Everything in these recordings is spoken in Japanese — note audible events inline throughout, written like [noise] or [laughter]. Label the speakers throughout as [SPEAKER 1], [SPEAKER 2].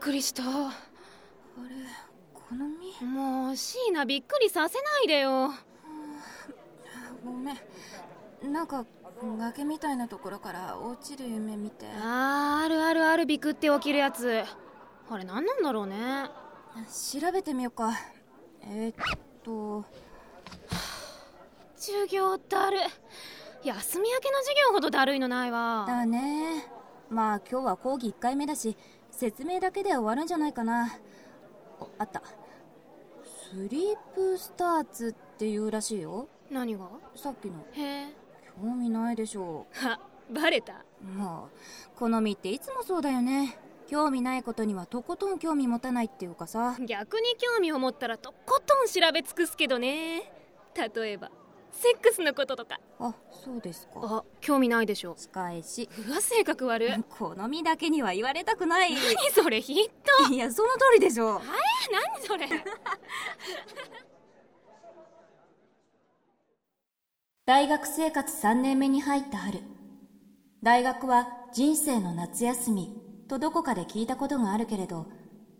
[SPEAKER 1] くりした
[SPEAKER 2] れ好み
[SPEAKER 1] もう椎名びっくりさせないでよ
[SPEAKER 2] ごめんなんか崖みたいなところから落ちる夢見て
[SPEAKER 1] あーあるあるあるびくって起きるやつあれ何なんだろうね
[SPEAKER 2] 調べてみようかえーっと
[SPEAKER 1] 授業だる休み明けの授業ほどだるいのないわ
[SPEAKER 2] だねまあ今日は講義1回目だし説明だけで終わるんじゃないかなおあったスリープスターツっていうらしいよ
[SPEAKER 1] 何が
[SPEAKER 2] さっきの
[SPEAKER 1] へえ
[SPEAKER 2] 興味ないでしょ
[SPEAKER 1] はバレた
[SPEAKER 2] うもう好みっていつもそうだよね興味ないことにはとことん興味持たないっていうかさ
[SPEAKER 1] 逆に興味を持ったらとことん調べ尽くすけどね例えばセックスのこととか
[SPEAKER 2] あそうですか
[SPEAKER 1] あ興味ないでしょ
[SPEAKER 2] 仕返し
[SPEAKER 1] うわ性格 [laughs] 悪い
[SPEAKER 2] [laughs] 好みだけには言われたくない
[SPEAKER 1] 何それヒット
[SPEAKER 2] いやその通りでしょ
[SPEAKER 1] 何それ
[SPEAKER 2] 大学生活3年目に入った春大学は人生の夏休みとどこかで聞いたことがあるけれど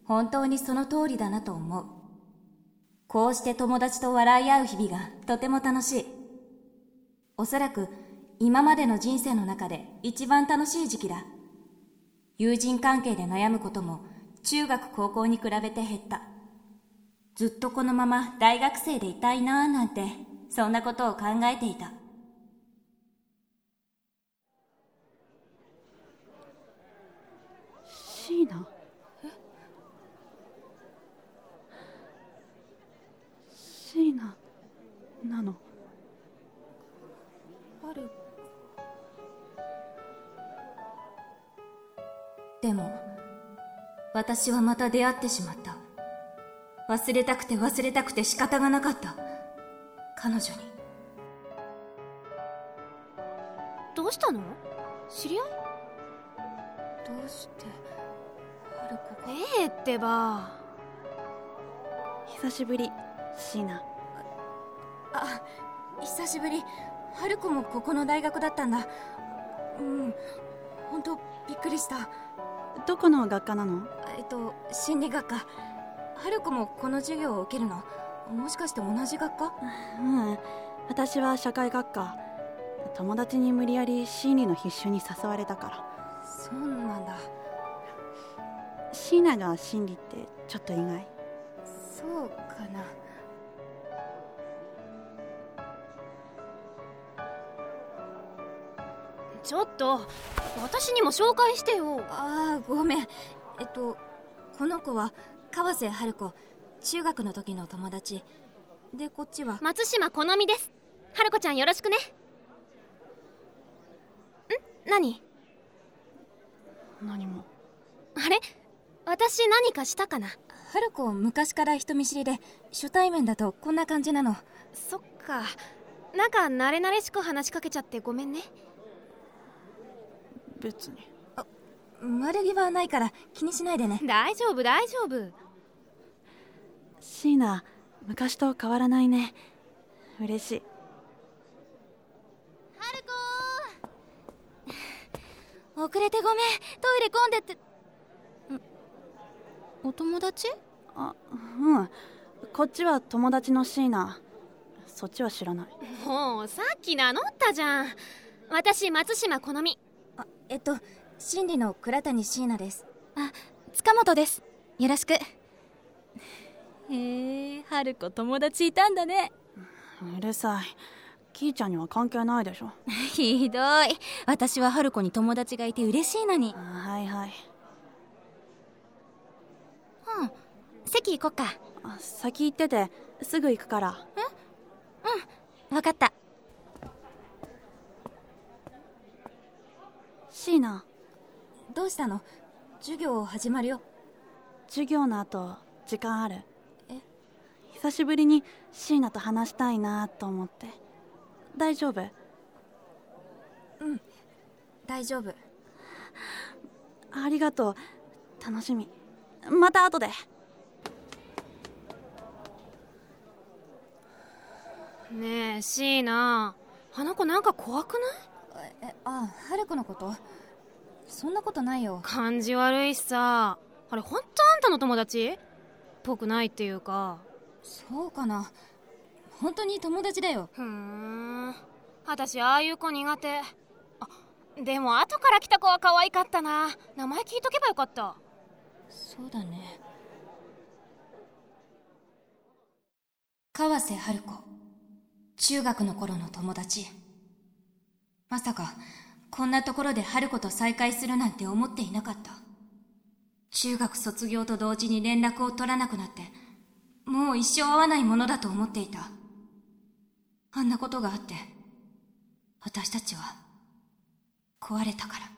[SPEAKER 2] 本当にその通りだなと思うこうして友達と笑い合う日々がとても楽しいおそらく今までの人生の中で一番楽しい時期だ友人関係で悩むことも中学高校に比べて減ったずっとこのまま大学生でいたいなぁなんて、そんなことを考えていた。
[SPEAKER 3] 椎名椎名なの
[SPEAKER 2] でも、私はまた出会ってしまった。忘れたくて忘れたくて仕方がなかった。彼女に。
[SPEAKER 1] どうしたの知り合い
[SPEAKER 2] どうして、春子
[SPEAKER 1] ねえってば
[SPEAKER 3] 久しぶり椎名
[SPEAKER 2] あ、久しぶり。春子もここの大学だったんだ。うん、本当びっくりした。
[SPEAKER 3] どこの学科なの
[SPEAKER 2] えっと、心理学科。春子もこの授業を受けるの。もしかして同じ学科
[SPEAKER 3] うん私は社会学科友達に無理やり心理の必修に誘われたか
[SPEAKER 2] そうなんだ。
[SPEAKER 3] ら椎名が心理ってちょっと意外
[SPEAKER 2] そうかな
[SPEAKER 1] ちょっと私にも紹介してよ
[SPEAKER 2] ああごめんえっとこの子は川瀬春子中学の時の友達でこっちは
[SPEAKER 1] 松島好みです春子ちゃんよろしくねん何
[SPEAKER 3] 何も
[SPEAKER 1] あれ私何かしたかな
[SPEAKER 2] 春子昔から人見知りで初対面だとこんな感じなの
[SPEAKER 1] そっかなんか慣れ慣れしく話しかけちゃってごめんね
[SPEAKER 3] 別に
[SPEAKER 2] 悪気はないから気にしないでね
[SPEAKER 1] 大丈夫大丈夫
[SPEAKER 3] 椎名昔と変わらないね嬉しい
[SPEAKER 1] 遅れてごめんトイレ混んでって
[SPEAKER 4] お友達
[SPEAKER 3] あうんこっちは友達の椎名そっちは知らない
[SPEAKER 1] もうさっき名乗ったじゃん私松島好み
[SPEAKER 2] あえっと心理の倉谷椎名です
[SPEAKER 4] 塚本ですよろしくへえ春子友達いたんだね [laughs]
[SPEAKER 3] うるさいキイちゃんには関係ないでしょ
[SPEAKER 4] ひどい私は春子に友達がいて嬉しいのに
[SPEAKER 3] あはいはい
[SPEAKER 4] 席行こっか
[SPEAKER 3] あ先行っててすぐ行くから
[SPEAKER 4] 分かった
[SPEAKER 3] 椎名
[SPEAKER 2] どうしたの授業始まるよ
[SPEAKER 3] 授業の後時間ある久しぶりに椎名と話したいなと思って大丈夫
[SPEAKER 2] 大丈夫
[SPEAKER 3] ありがとう楽しみまた後で
[SPEAKER 1] ねえ椎名あの子なんか怖くない
[SPEAKER 2] えあ春子のことそんなことないよ
[SPEAKER 1] 感じ悪いしさあれほんとあんたの友達っぽくないっていうか
[SPEAKER 2] そうかな本当に友達だよ
[SPEAKER 1] ふーん私ああいう子苦手あでも後から来た子は可愛かったな名前聞いとけばよかった
[SPEAKER 2] そうだね川瀬春子中学の頃の友達まさかこんなところで春子と再会するなんて思っていなかった中学卒業と同時に連絡を取らなくなってもう一生会わないものだと思っていたあんなことがあって私たちは壊れたから